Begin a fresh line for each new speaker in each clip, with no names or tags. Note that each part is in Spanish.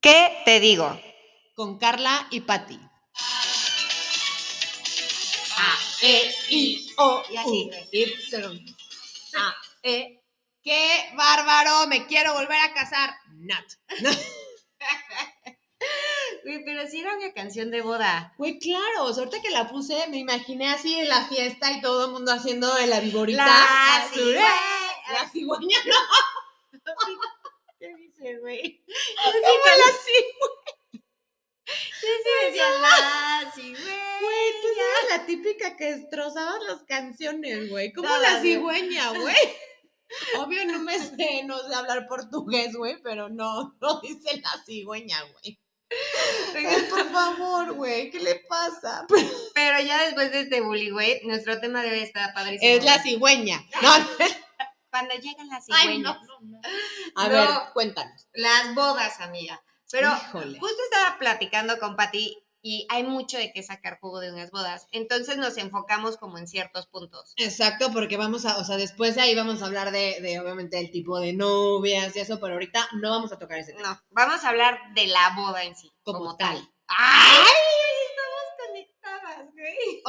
¿Qué te digo?
con Carla y Patti.
A,
E, I, O,
Y así.
Y. A, E. ¡Qué bárbaro! Me quiero volver a casar. Nat.
Güey, pero sí era una canción de boda.
Güey, claro, suerte que la puse, me imaginé así en la fiesta y todo el mundo haciendo de la viborita.
La
Así, güey. La cigüeña, no,
¿Qué dices, güey?
como la cigüeña.
Sí, sí, decía la cigüeña.
Güey, tú eras la típica que destrozabas las canciones, güey. Como
Todas,
la
güey.
cigüeña, güey. Obvio no me sé, no sé hablar portugués, güey, pero no, no dice la cigüeña, güey. Oigan, por favor, güey, ¿qué le pasa?
Pero ya después de este bully, güey, nuestro tema de hoy está padrísimo.
Es la
güey.
cigüeña. No, no.
Cuando llegan las cigüeñas.
Ay, no,
No.
A ver, cuéntanos.
Las bodas, amiga. Pero
Híjole.
justo estaba platicando con Patti y hay mucho de qué sacar jugo de unas bodas. Entonces nos enfocamos como en ciertos puntos.
Exacto, porque vamos a, o sea, después de ahí vamos a hablar de, de obviamente, el tipo de novias y eso, pero ahorita no vamos a tocar ese tema.
No, vamos a hablar de la boda en sí, como,
Como
tal.
tal.
¡Ay! Estamos conectadas, güey.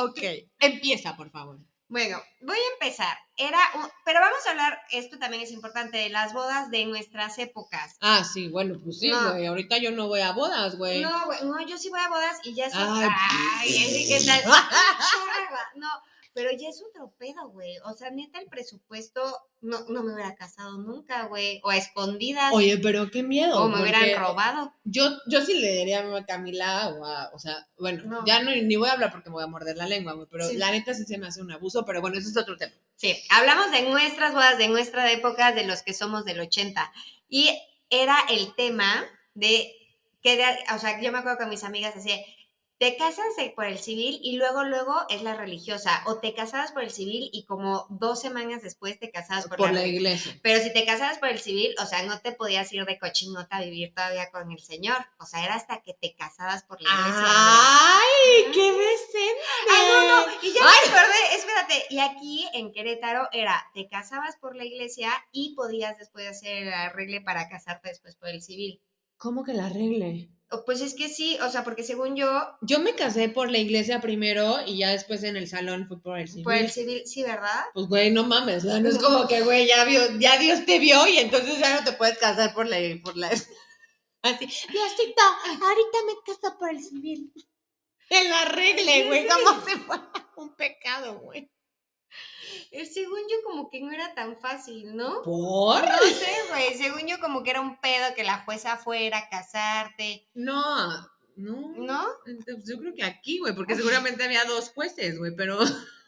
Ok, empieza, por favor.
Bueno, voy a empezar. Era un- pero vamos a hablar, esto también es importante, de las bodas de nuestras épocas.
Ah, sí, bueno, pues sí,
No.
güey. Ahorita yo no voy a bodas, güey.
No, güey, no, yo sí voy a bodas y ya es un...
Ay,
Ay,
pues.
ese que tal- chorra, No, pero ya es otro pedo, güey. O sea, neta, el presupuesto no, no me hubiera casado nunca, güey. O a escondidas.
Oye, pero qué miedo.
o me hubieran
porque
robado.
Yo, yo sí le diría a Camila, o, a- o sea, bueno,
No.
ya no, ni voy a hablar porque me voy a morder la lengua, güey, pero
Sí.
la neta sí se me hace un abuso, pero bueno, eso es otro tema.
Sí, hablamos de nuestras bodas, de nuestra época, de los que somos del 80. Y era el tema de que, de- o sea, yo me acuerdo con mis amigas así, te casas eh, por el civil y luego, luego es la religiosa. O te casabas por el civil y como dos semanas después te casabas por,
Por,
la,
la
religiosa.
iglesia.
Pero si te casabas por el civil, o sea, no te podías ir de cochinota a vivir todavía con el señor. O sea, era hasta que te casabas por la iglesia. güey.
¡Ay, qué decente!
Ay, Ah, no, no, y ya me acordé, espérate, y aquí en Querétaro era, te casabas por la iglesia y podías después hacer el arregle para casarte después por el civil.
¿Cómo que la arregle?
O, Pues es que sí, o sea, porque según yo,
Yo me casé por la iglesia primero y ya después en el salón fue por el civil.
por el civil, sí, ¿verdad?
Pues, güey, no mames, o sea, no es como que, güey, ya, vio, ya Dios te vio y entonces ya no te puedes casar por la... Por la... Así, Diosito, ahorita me caso por el civil. El arregle, güey,
Sí.
como si fuera un pecado, güey.
El Eh, según yo como que no era tan fácil, ¿no?
¿Por?
No sé, güey, según yo como que era un pedo que la jueza fuera a casarte,
No, no,
¿no?
Entonces, pues, Yo creo que aquí, güey, porque seguramente había dos jueces, güey, pero...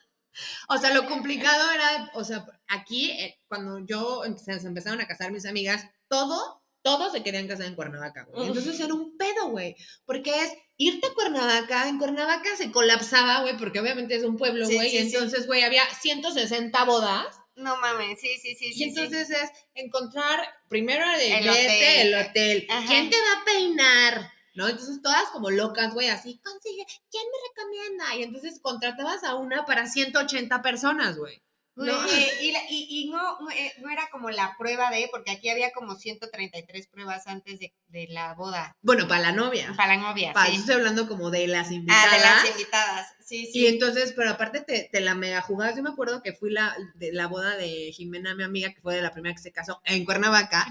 O sea, lo complicado era, o sea, aquí, eh, cuando yo empecé- se empezaron a casar mis amigas, todo, todos se querían casar en Cuernavaca, güey. Entonces era un pedo, güey, porque es irte a Cuernavaca, en Cuernavaca se colapsaba, güey, porque obviamente es un pueblo,
Sí,
güey,
sí,
y
sí.
entonces, güey, había 160 bodas.
No mames, sí, sí, sí, sí.
Y
sí.
entonces es encontrar primero el,
El
billete,
hotel.
el hotel.
Ajá.
¿Quién te va a peinar? ¿No? Entonces todas como locas, güey, así, consigue, ¿quién me recomienda? Y entonces contratabas a una para 180 personas, güey.
Güey,
No.
y, la- y- y no, no, eh, no era como la prueba de, porque aquí había como 133 pruebas antes de, de la boda,
Bueno, para la novia.
para la novia,
Pa-
sí.
Estoy hablando como de las
Ah,
invitadas.
de las invitadas, sí,
Y
sí.
entonces, pero aparte te, te la mega jugabas. Yo me acuerdo que fui la, de la boda de Jimena, mi amiga, que fue de la primera que se casó en Cuernavaca.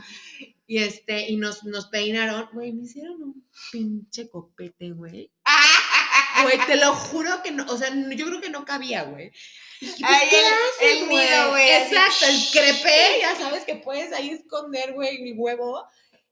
Y este, y nos, nos peinaron. Güey, me hicieron un pinche copete, güey. Güey, te lo juro que no, o sea, no- yo creo que no cabía, güey. Y dije, pues,
Ay,
¿qué
el-
haces,
el nido, güey, así.
Exacto, el crepé, ya sabes que puedes ahí esconder, güey, el huevo.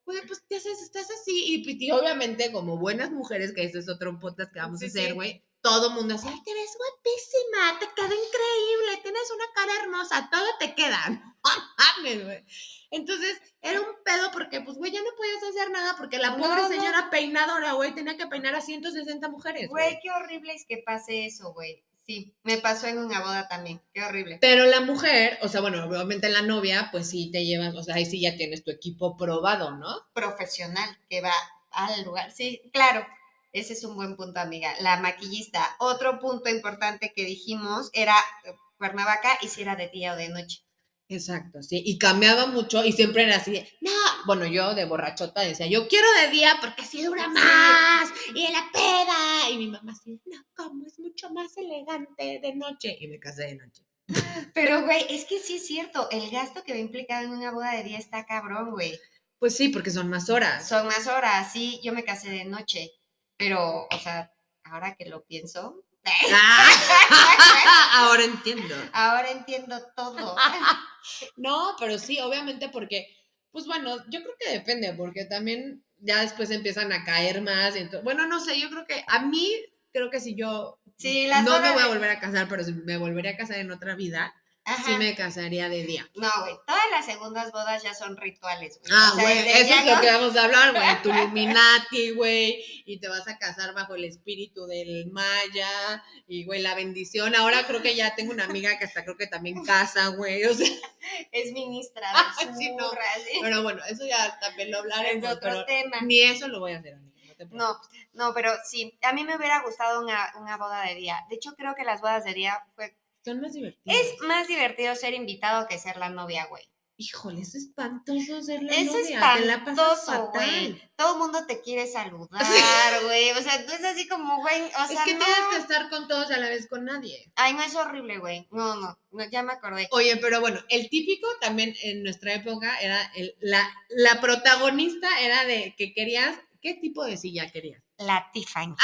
Güey, pues, ¿qué haces? Estás así. Y, pues, y obviamente, como buenas mujeres, que este es otro podcast que vamos
Sí,
a
sí.
hacer, güey, todo mundo así, ay, te ves guapísima, te queda increíble, tienes una cara hermosa, todo te queda. No mames, güey. Entonces, era un pedo porque, pues, güey, ya no podías hacer nada porque la
No,
pobre
no.
señora peinadora, güey, tenía que peinar a 160 mujeres.
Güey, qué horrible es que pase eso, güey. Sí, me pasó en una boda también, qué horrible.
Pero la mujer, o sea, bueno, obviamente la novia, pues sí te llevas, o sea, ahí sí ya tienes tu equipo probado, ¿no?
Profesional que va al lugar, sí, claro. Ese es un buen punto, amiga. La maquillista. Otro punto importante que dijimos era eh, Cuernavaca y si era de día o de noche.
Exacto, sí. Y cambiaba mucho y siempre era así de, no, bueno, yo de borrachota decía, yo quiero de día porque así dura
Sí.
más y de la peda. Y mi mamá así, no, como es mucho más elegante de noche. Y me casé de noche.
Pero, güey, es que sí es cierto, el gasto que va implicado en una boda de día está cabrón, güey.
Pues sí, porque son más horas.
Son más horas, sí, yo me casé de noche, pero, o sea, ahora que lo pienso,
Ah, Ahora entiendo.
ahora entiendo todo.
No, pero sí, obviamente porque, pues bueno, yo creo que depende, porque también ya después empiezan a caer más. y ento- bueno, no sé, yo creo que a mí, creo que si yo
Sí, las
no me
bodas
voy a
de-
volver a casar, pero si me volvería a casar en otra vida, sí
Ajá.
me casaría de día.
No, güey, todas las segundas bodas ya son rituales, güey.
Ah,
O sea,
güey,
desde
eso
ya
es lo
no-
que vamos a hablar, güey. Tu Illuminati, güey. Y te vas a casar bajo el espíritu del Maya. Y, güey, la bendición. Ahora creo que ya tengo una amiga que hasta creo que también casa, güey. O sea,
Es ministra
Ah,
del
sí,
sur,
no.
así.
pero bueno, eso ya también lo
Es
hablaremos.
otro
Pero
tema.
ni eso lo voy a hacer, amiga, no te preocupes.
No, no, pero sí, a mí me hubiera gustado una, una boda de día. De hecho, creo que las bodas de día fue...
Son más divertidos.
Es más divertido ser invitado que ser la novia, güey.
Híjole, es espantoso ser la
Es
novia. Te la pasas
espantoso,
fatal.
güey. Todo el mundo te quiere saludar, güey. O sea, tú es así como, güey, o
Es
sea,
que
no.
tienes que estar con todos y a la vez con nadie.
Ay, no, es horrible, güey. No, no, no, ya me acordé.
Oye, pero bueno, el típico también en nuestra época era el- la, la protagonista era de que querías, ¿qué tipo de silla querías?
La Tiffany.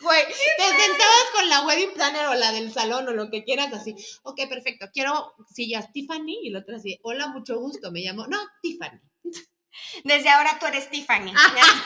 Güey, te sentabas con la wedding planner o la del salón o lo que quieras así. Ok, perfecto, quiero sillas Tiffany y la otra así, hola, mucho gusto, me llamo, no, Tiffany.
Desde ahora tú eres Tiffany.
Ah.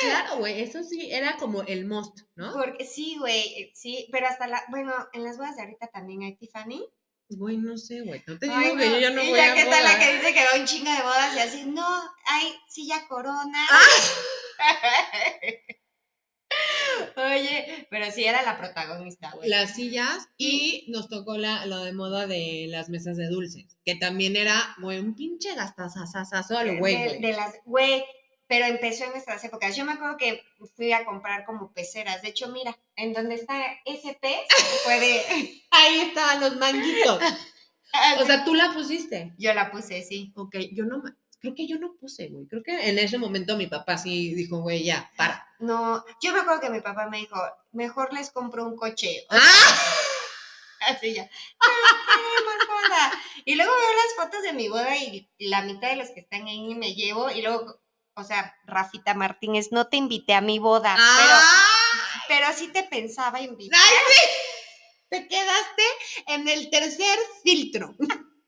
Claro, güey, eso sí era como el most, ¿no?
Porque sí, güey, eh, sí, pero hasta la, bueno, en las bodas de ahorita también hay Tiffany.
Güey, no sé, güey, no te digo
Ay,
que yo ya no
y
voy
ya
a
que tal la
bodas.
que dice que va a un chingo de bodas y así, no, hay silla corona.
Ah.
Oye, pero sí era la protagonista, güey.
las sillas y nos tocó la, lo de moda de las mesas de dulces, que también era, güey, un pinche gastazazazazo al güey,
de,
güey.
de las, güey, pero empezó en nuestras épocas. Yo me acuerdo que fui a comprar como peceras. De hecho, mira, en donde está SP se puede.
Ahí estaban los manguitos. O sea, tú la pusiste.
yo la puse, sí.
Ok, yo no, ma- creo que yo no puse, güey. Creo que en ese momento mi papá sí dijo, güey, ya, para.
No, yo me acuerdo que mi papá me dijo, mejor les compro un coche.
¡Ah!
Así ya. "Ah, "No queremos boda". Y luego veo las fotos de mi boda y la mitad de los que están ahí ni me llevo. Y luego, o sea, Rafita Martínez, no te invité a mi boda,
¡Ah!
pero, pero sí te pensaba invitar.
¡Ay, sí! Te quedaste en el tercer filtro.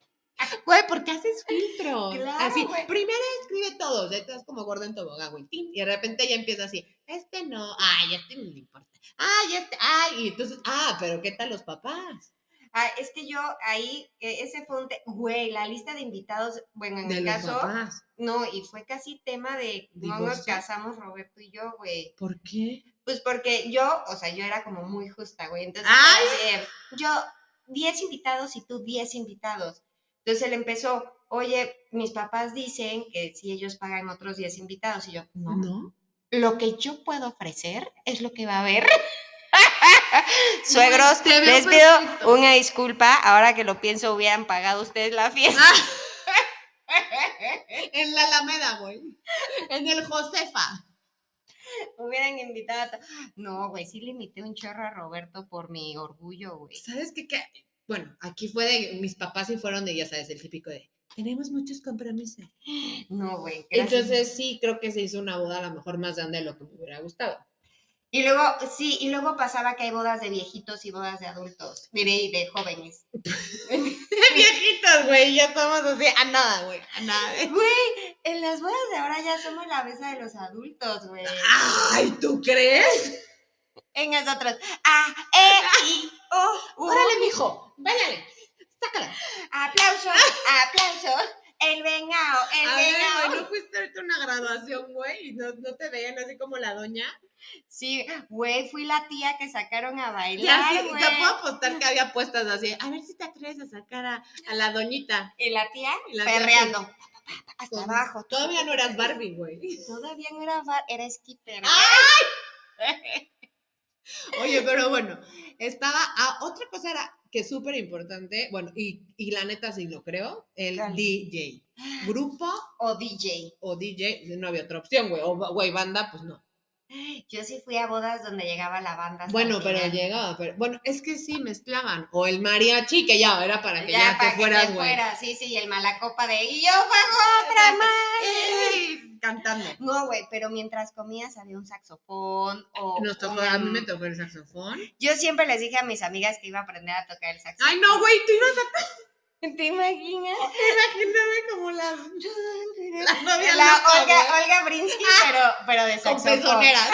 Güey, ¿por qué haces filtro?
Claro,
así,
güey.
primero escribe todos, ya estás como gordo en tobogán, güey. tin, Y de repente ya empieza así, este no, ay, este no le importa. Ay, este, ay, y entonces, ah, pero ¿qué tal los papás?
Ah, es que yo ahí, eh, ese fue un, te- güey, la lista de invitados, bueno, en
de
mi
los
caso,
papás.
no, y fue casi tema de no nos
¿Divorcio?
casamos Roberto y yo, güey.
¿Por qué?
Pues porque yo, o sea, yo era como muy justa, güey. Entonces,
¡Ay!
era así de, yo 10 invitados y tú 10 invitados. Entonces él empezó, oye, mis papás dicen que si ellos pagan otros 10 invitados. Y yo, no,
¿No?
lo que yo puedo ofrecer es lo que va a haber. Suegros,
Te veo
les pido
perfecto.
una disculpa. Ahora que lo pienso, hubieran pagado ustedes la fiesta.
En la Alameda, güey. En el Josefa.
hubieran invitado a... to- No, güey, sí limité un chorro a Roberto por mi orgullo, güey.
¿Sabes qué? qué? Bueno, aquí fue de, mis papás sí fueron de, ya sabes, el típico de, tenemos muchos compromisos.
No, güey. gracias.
Entonces sí, creo que se hizo una boda a lo mejor más grande de lo que me hubiera gustado.
Y luego, sí, y luego pasaba que hay bodas de viejitos y bodas de adultos. Diré, y de jóvenes.
Viejitos, güey, ya estamos así, a nada, güey, a nada.
Güey, en las bodas de ahora ya somos la mesa de los adultos, güey.
Ay, ¿tú crees?
En nosotros. A, E, I, O, U.
Órale, mijo, váyale, sácala.
Aplauso, aplauso. El vengao, el
A ver,
vengao.
güey, ¿no fuiste ahorita a una graduación, güey? ¿Y no, no te veían así como la doña?
Sí, güey, fui la tía que sacaron a
Ya,
bailar,
sí,
güey.
te puedo apostar que había puestas así, a ver si te atreves a sacar a, a la doñita.
Y la tía
Y la tía
perreando. pa, pa, pa, pa, Hasta
con-
abajo.
Todavía no eras Barbie, güey. Ah.
Todavía no era bar, era skipper. güey.
Oye, pero bueno, estaba. ah, otra cosa era que es súper importante, bueno, y, y la neta sí lo creo, el
¿Cuál?
DJ. Grupo
O DJ.
o DJ, no había otra opción, güey. O ba- güey, banda, pues no.
Yo sí fui a bodas donde llegaba la banda. hasta
Bueno,
el
pero
final.
llegaba, pero bueno, es que sí mezclaban. O el mariachi, que ya era para que ya,
para
te
que
fueras,
te
güey.
fueras, sí, sí, y el malacopa de y yo pago otra más.
Ey, Cantando.
No, güey, pero mientras comías había un saxofón o
Nos tocó,
una-
a mí me tocó el saxofón.
Yo siempre les dije a mis amigas que iba a aprender a tocar el saxofón.
Ay, no, güey, tú ibas a
¿Te imaginas?
imaginarme como las, las novias
La
locas,
Olga,
güey,
Olga Brinsky, pero, pero de
con
saxofón.
pezoneras.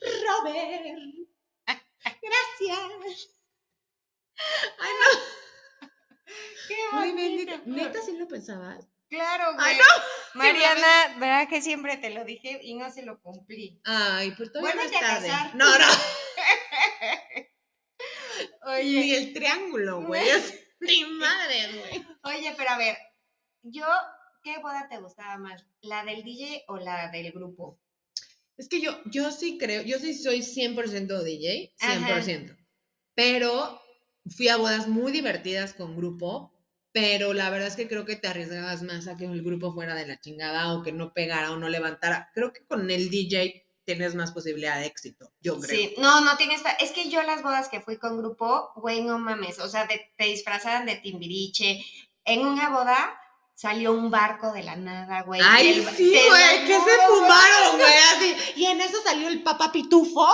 Robert, gracias. Ay,
Qué
no. Muy
bonito.
bendita. ¿Neta sí lo pensabas?
Claro, güey.
Ay, no.
Mariana, ¿verdad que siempre te lo dije y no se lo cumplí?
Ay, pues todavía no es
Vuélvete a
tarde.
casar.
No, no. Ni
Oye,
el triángulo, güey. Ni madre, güey.
oye, pero a ver, yo, ¿qué boda te gustaba más? ¿La del DJ o la del grupo?
Es que yo, yo sí creo, yo sí soy 100% DJ,
Ajá.
100%. Pero fui a bodas muy divertidas con grupo, pero la verdad es que creo que te arriesgabas más a que el grupo fuera de la chingada o que no pegara o no levantara. Creo que con el DJ tienes más posibilidad de éxito, yo creo.
Sí, no, no tienes. ta- Es que yo las bodas que fui con grupo, güey, no mames. O sea, de- te disfrazaban de timbiriche. En una boda salió un barco de la nada, güey.
Ay,
y el-
sí,
te lo
güey, que se
juro, güey,
fumaron, güey, así. Y en eso salió el papá pitufo.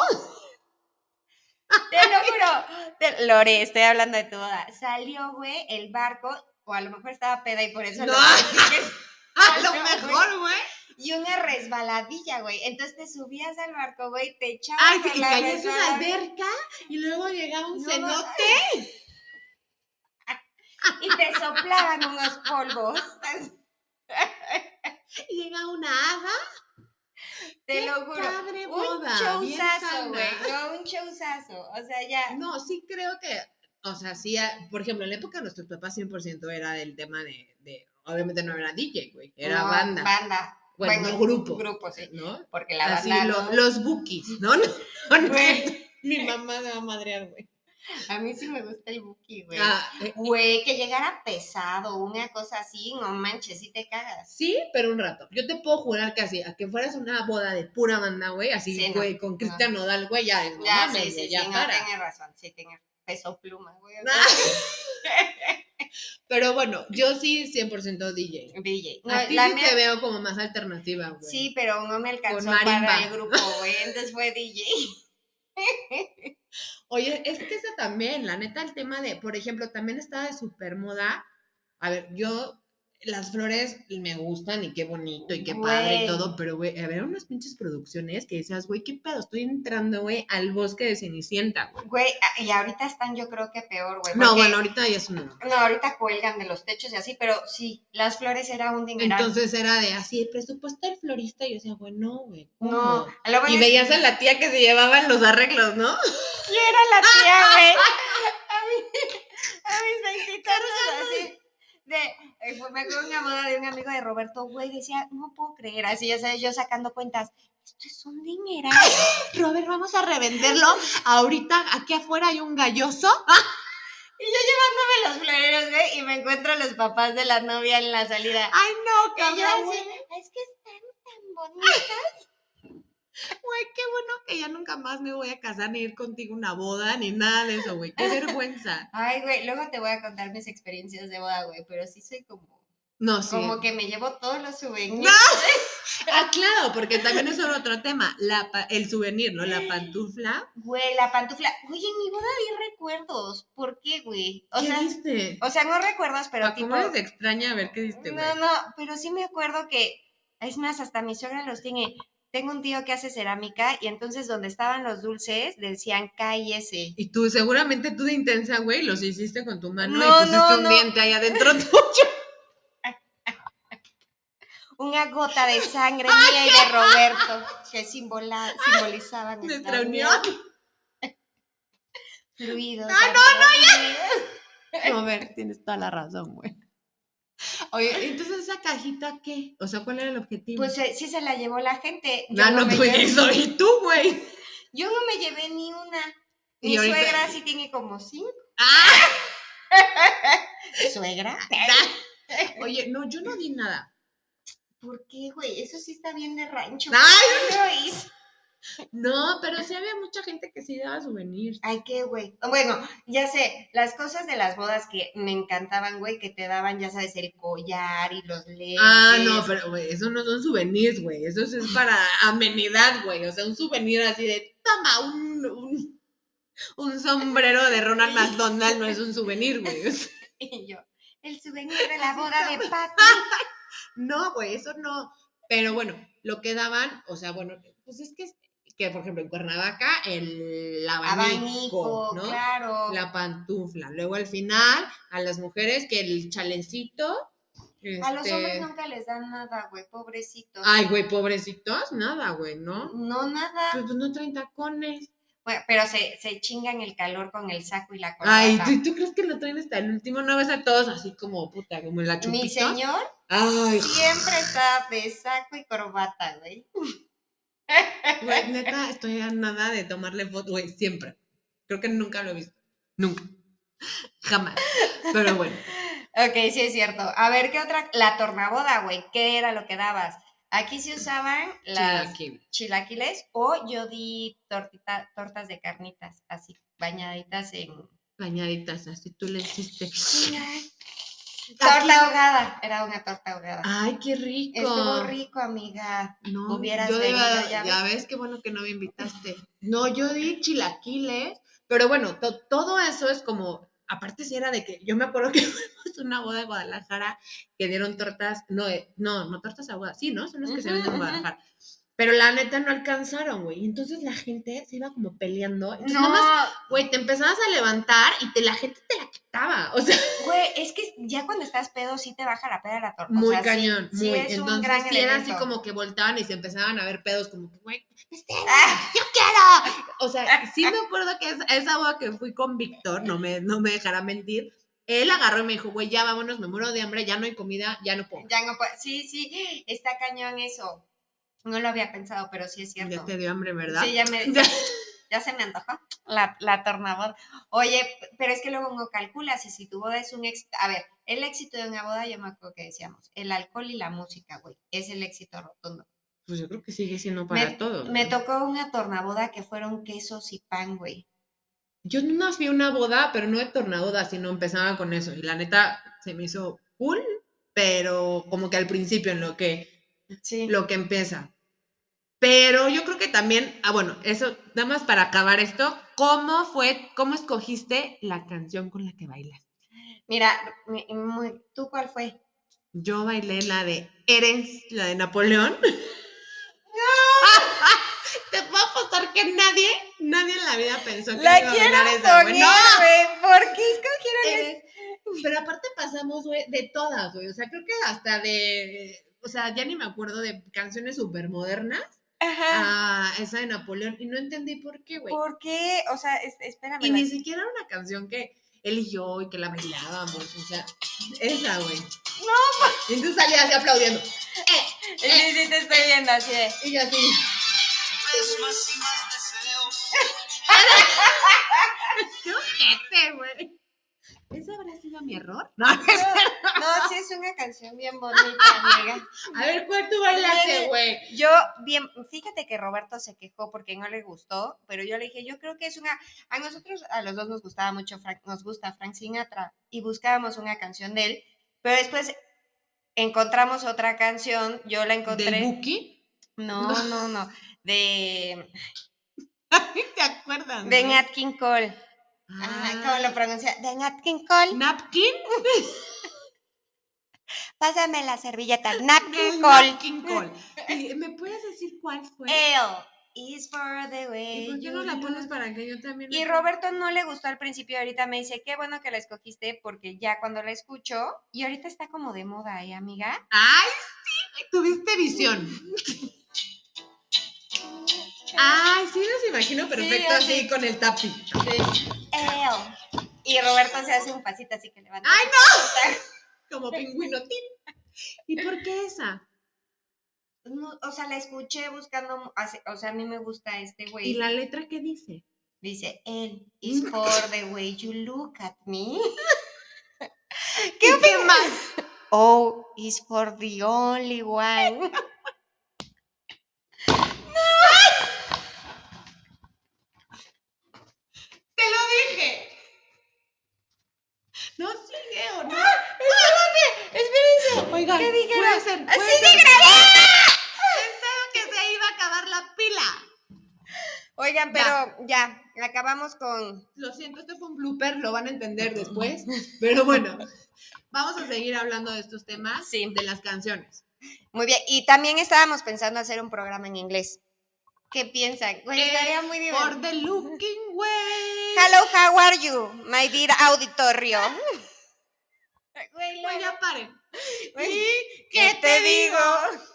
Te lo juro. Te- Lore, estoy hablando de tu boda. Salió, güey, el barco, o a lo mejor estaba peda y por eso.
No.
lo-
A lo
Ay,
mejor, güey.
y una resbaladilla, güey. Entonces te subías al barco, güey, te echabas.
Ay,
por
que
la
caías en una
resbaladilla.
alberca y luego llegaba un
No,
cenote.
Y te soplaban unos polvos.
Llega una hada.
Te
Qué
lo juro.
padre
un
boda. bien
showzazo, güey.
sana.
No, un showzazo. O sea, ya.
No, sí creo que, o sea, sí, ah, por ejemplo, en la época de nuestros papás 100% era del tema de, de- obviamente no era DJ, güey, era
no,
banda.
Banda.
bueno, no, grupo,
Grupo, sí.
¿no?
Porque la
Así,
banda.
lo-
no-
los bookies, ¿no? No, no, no.
Güey,
Mi mamá se va a madrear, güey.
a mí sí me gusta el buki, güey.
Ah, eh,
Güey, que llegara pesado, una cosa así, no manches, sí te cagas.
Sí, pero un rato. Yo te puedo jurar que así, a que fueras una boda de pura banda, güey, así,
Sí, no,
güey, con Cristian Nodal, güey, ya, no
Ya,
mames,
sí,
güey,
sí,
ya
sí, no,
para.
tienes razón, sí, tienes peso pluma, güey. o
Ah. Pero bueno, yo sí 100% DJ.
sea, DJ. No,
a ti
la
sí
mía-
te veo como más alternativa, güey.
sí, pero no me alcanzó
marimba.
para el grupo, güey, entonces fue DJ.
Oye, es que esa también, la neta, el tema de, por ejemplo, también está de super moda. A ver, yo, las flores me gustan y qué bonito y qué padre y
Güey.
todo, pero, güey, a ver, unas pinches producciones que decías, güey, qué pedo, estoy entrando, güey, al bosque de Cenicienta, güey.
Güey, a- y ahorita están yo creo que peor, güey.
No,
porque-
bueno, ahorita ya es una.
No, ahorita cuelgan de los techos y así, pero sí, las flores era un dineral.
Entonces era de así, el presupuesto del florista, y yo decía, bueno, güey, ¿cómo?
no, luego
Y
yo-
veías a la tía que se llevaban los arreglos, ¿no?
yo era la tía, güey. A, mí- a mis 23 así. De, eh, fue- me acuerdo de una boda de un amigo de Roberto, güey, decía, no puedo creer, así ya sabes, yo sacando cuentas, esto es un dineral.
Robert, vamos a revenderlo. Ahorita aquí afuera hay un galloso.
Y yo llevándome los floreros, güey, y me encuentro a los papás de la novia en la salida.
Ay, no,
Y yo así,
cabrón. güey.
es que están tan bonitas.
Güey, qué bueno que ya nunca más me voy a casar ni ir contigo a una boda ni nada de eso, güey. Qué vergüenza.
Ay, güey, luego te voy a contar mis experiencias de boda, güey, pero sí soy como
No, sí.
Como que me llevo todos los souvenirs.
Ah, claro, porque también eso era otro tema. La pa- el souvenir, ¿no? La pantufla.
Güey, la pantufla. Oye, en mi boda vi recuerdos. ¿Por qué, güey? O
¿Qué
sea,
diste?
o sea, no recuerdos, pero
Pa,
tipo.
¿Cómo eres de extraña? A ver, ¿qué diste, güey?
No, no, pero sí me acuerdo que, es más, hasta mi suegra los tiene. Tengo un tío que hace cerámica y entonces donde estaban los dulces decían cállese.
Y tú, seguramente tú de intensa, güey, los hiciste con tu mano y
No,
pusiste
no,
un
no.
diente ahí adentro tuyo.
Una gota de sangre mía y de Roberto que simbola, simbolizaba nuestra,
Nuestra unión.
Fluidos.
Ah,
no, no, ya.
No, a ver, tienes toda la razón, güey. Oye, entonces esa cajita, ¿qué? O sea, ¿cuál era el objetivo?
Pues eh, sí se la llevó la gente. Yo
no, no,
me
pues
llevé-
eso, y tú, güey.
Yo no me llevé ni una.
Y
Mi
ahorita-
suegra sí tiene como cinco.
¡Ah!
¿Suegra?
Oye, no, yo no di nada.
¿Por qué, güey? Eso sí está bien de rancho.
¡Ay!
Yo hice-
No, pero sí había mucha gente que sí daba souvenirs.
Ay, qué güey. Bueno, ya sé, las cosas de las bodas que me encantaban, güey, que te daban, ya sabes, el collar y los lentes.
Ah, no, pero güey, eso no son souvenirs, güey. Eso sí es para amenidad, güey. O sea, un souvenir así de toma un, un, un sombrero de Ronald McDonald no es un souvenir, güey. O sea,
Y yo, el souvenir de la boda de papi.
No, güey, eso no. Pero bueno, lo que daban, o sea, bueno, pues es que, es- que por ejemplo, en Cuernavaca, el abanico,
Abanico,
¿no?
claro.
La pantufla. Luego al final, a las mujeres, que el chalecito.
A los
este, Ah.
hombres nunca les dan nada, güey, pobrecitos.
Ay, güey, pobrecitos, nada, güey, ¿no?
No, nada.
Pues, pues no traen tacones.
Bueno, pero se, se chingan el calor con el saco y la corbata.
Ay, ¿tú, tú crees que lo traen hasta el último? ¿No ves a todos así como puta, como en la chupita?
Mi señor
Ay,
siempre está de saco y corbata, güey.
güey, neta, estoy a nada de tomarle foto, güey, siempre. Creo que nunca lo he visto. Nunca. Jamás. Pero bueno.
Ok, sí es cierto. A ver, ¿qué otra? La tornaboda, güey. ¿Qué era lo que dabas? Aquí se usaban las
chilaquil.
chilaquiles o yo di tortita, tortas de carnitas, así bañaditas en...
Bañaditas, así tú le hiciste. Aquí-
Torta ahogada, era una torta ahogada.
Ay, Ah, qué rico.
Estuvo rico, amiga.
No,
Hubieras
yo
venido,
deba-
ya
ya, ves. qué bueno que no me invitaste. No, yo di chilaquiles, pero bueno, to- todo eso es como, aparte si era de que, yo me acuerdo que fuimos a una boda de Guadalajara que dieron tortas, no, eh, no, no tortas aguadas, sí, ¿no? Son las que se
Ujú,
venden en
ujú.
Guadalajara. Pero la neta no alcanzaron, güey. Y entonces la gente se iba como peleando. Entonces,
No,
nomás, güey, te empezabas a levantar y te, la gente te la quitaba. O sea,
güey, es que ya cuando estás pedo sí te baja la pera la torta. o
Muy
sea, sí-
cañón,
sí
muy.
es un
Entonces,
gran
sí era así
elemento.
como que voltaban y se empezaban a ver pedos, como que, güey, "Mesero,
Ah.
yo quiero. O sea, sí me acuerdo que esa, esa boda que fui con Víctor, no me, no me dejará mentir, él agarró y me dijo, güey, ya vámonos, me muero de hambre, ya no hay comida, ya no puedo.
Ya no puedo- Sí, sí, está cañón eso. No lo había pensado, pero sí es cierto.
Ya te dio hambre, ¿verdad?
Sí, ya me.
Ya.
Ya. se me antojó la, la tornaboda. Oye, p- pero es que luego no calculas y si tu boda es un éxito. A ver, el éxito de una boda, yo me acuerdo que decíamos, el alcohol y la música, güey, es el éxito rotundo.
Pues yo creo que sigue siendo para todos.
Me tocó una tornaboda que fueron quesos y pan, güey.
Yo no fui a una boda, pero no de tornaboda, sino empezaba con eso. Y la neta se me hizo cool, pero como que al principio, en lo que
Sí.
lo que empieza. Pero yo creo que también, ah, bueno, eso, nada más para acabar esto, ¿cómo fue, cómo escogiste la canción con la que bailas?
Mira, mi- muy- ¿tú cuál fue?
Yo bailé la de Eres, la de Napoleón. Te puedo apostar que nadie, nadie en la vida pensó que iba a bailar esa, güey. ¡No!
güey. ¿Por qué escogieron
Eres- Pero aparte pasamos, güey, de todas, güey. O sea, creo que hasta de, o sea, ya ni me acuerdo de canciones súper modernas
Ajá.
a esa de Napoleón. Y no entendí por qué, güey.
¿Por qué? O sea, es- espérame.
Y
la-
ni siquiera era una canción que él y yo y que la bailábamos, o sea, esa, güey. No, Y entonces salía así aplaudiendo.
Sí, sí, te estoy viendo así de-
Y yo así.
Ves más y más deseo.
¡Qué ojete, güey! ¿Ese habrá sido mi error? No, no es-
No, sí es una canción bien bonita, amiga.
A ver, ¿cuál tú bailaste, güey?
Yo bien, fíjate que Roberto se quejó porque no le gustó, pero yo le dije, yo creo que es una, a nosotros, a los dos nos gustaba mucho, Frank- nos gusta Frank Sinatra y buscábamos una canción de él, pero después encontramos otra canción, yo la
¿Del
encontré,
Buki?
no, no, no, de,
¿Te acuerdas?
de
güey?
Nat King Cole, Ajá, ¿cómo lo
Ah,
pronuncia? De Nat King Cole,
¿Napkin?
pásame la servilleta, Nat King
Del
Cole,
Napkin Call. ¿Y ¿Me puedes decir cuál fue?
Ale is for the way
Pues ¿Y por qué
you
no la
look.
pones para que yo también?
Y
me-
Roberto no le gustó al principio, ahorita me dice, qué bueno que la escogiste, porque ya cuando la escucho, y ahorita está como de moda, ¿eh, amiga?
¡Ay, sí! Tuviste visión. Ay, sí, los imagino perfecto
así.
así con el tapi.
Eo. Y Roberto se hace un pasito así que levanta.
¡Ay,
no!
Como pingüino. tin. ¿Y por qué esa?
No, o sea, la escuché buscando, hace- o sea, a mí me gusta este güey.
¿Y la letra qué dice?
Dice, él is for the way you look at me. ¿Qué más? Oh, is for the only one.
¡Te lo dije! No sigue o no.
Espérense.
Oigan,
¿qué dijeron?
puede ser, puede
Pues ¡Así de
ser.
Pensaba que se iba a acabar la pila. Oigan, pero ya, acabamos con
Lo siento, este fue un blooper, lo van a entender después. Pero bueno, vamos a seguir hablando de estos temas,
Sí.
de las canciones.
Muy bien, y también estábamos pensando hacer un programa en inglés. ¿Qué piensan? Güey,
Eh,
estaría muy
Por
divertido.
the looking way.
Hello, how are you, my dear auditorio? Güey,
Bueno,
luego,
ya paren.
güey,
¿Y
¿Qué te digo?